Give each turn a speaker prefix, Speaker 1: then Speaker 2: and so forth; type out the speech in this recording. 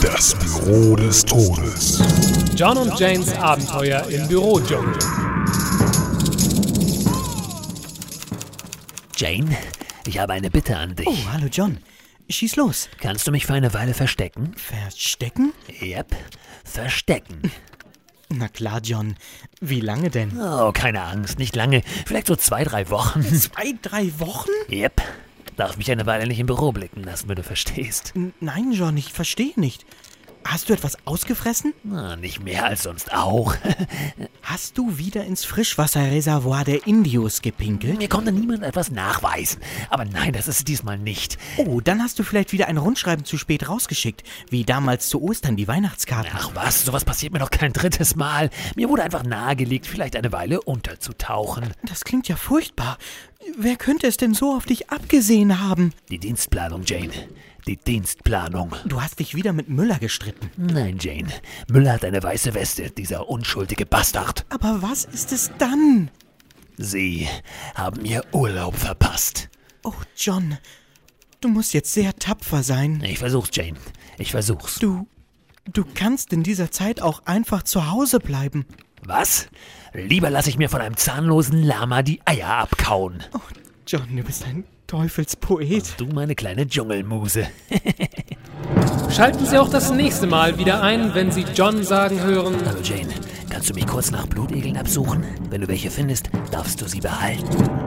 Speaker 1: Das Büro des Todes.
Speaker 2: John und Janes Abenteuer im Büro, John.
Speaker 3: Jane, ich habe eine Bitte an dich.
Speaker 4: Oh, hallo John. Schieß los.
Speaker 3: Kannst du mich für eine Weile verstecken?
Speaker 4: Verstecken?
Speaker 3: Yep, verstecken.
Speaker 4: Na klar, John. Wie lange denn?
Speaker 3: Oh, keine Angst, nicht lange. Vielleicht so zwei, drei Wochen.
Speaker 4: Zwei, drei Wochen?
Speaker 3: Yep. Darf mich eine Weile nicht im Büro blicken lassen, wenn du verstehst.
Speaker 4: N- Nein, John, ich verstehe nicht. Hast du etwas ausgefressen?
Speaker 3: Na, nicht mehr als sonst auch.
Speaker 4: Hast du wieder ins Frischwasserreservoir der Indios gepinkelt?
Speaker 3: Mir konnte niemand etwas nachweisen. Aber nein, das ist diesmal nicht.
Speaker 4: Oh, dann hast du vielleicht wieder ein Rundschreiben zu spät rausgeschickt, wie damals zu Ostern die Weihnachtskarten.
Speaker 3: Ach was, sowas passiert mir doch kein drittes Mal. Mir wurde einfach nahegelegt, vielleicht eine Weile unterzutauchen.
Speaker 4: Das klingt ja furchtbar. Wer könnte es denn so auf dich abgesehen haben?
Speaker 3: Die Dienstplanung, Jane. Die Dienstplanung.
Speaker 4: Du hast dich wieder mit Müller gestritten.
Speaker 3: Nein, Jane. Müller hat eine weiße Weste, dieser unschuldige Bastard.
Speaker 4: Aber was ist es dann?
Speaker 3: Sie haben mir Urlaub verpasst.
Speaker 4: Oh, John, du musst jetzt sehr tapfer sein.
Speaker 3: Ich versuch's, Jane. Ich versuch's.
Speaker 4: Du, du kannst in dieser Zeit auch einfach zu Hause bleiben.
Speaker 3: Was? Lieber lasse ich mir von einem zahnlosen Lama die Eier abkauen.
Speaker 4: Oh, John, du bist ein Teufelspoet.
Speaker 3: Du, meine kleine Dschungelmuse.
Speaker 2: Schalten Sie auch das nächste Mal wieder ein, wenn Sie John sagen hören.
Speaker 3: Also, Hallo, Jane. Kannst du mich kurz nach Blutegeln absuchen? Wenn du welche findest, darfst du sie behalten.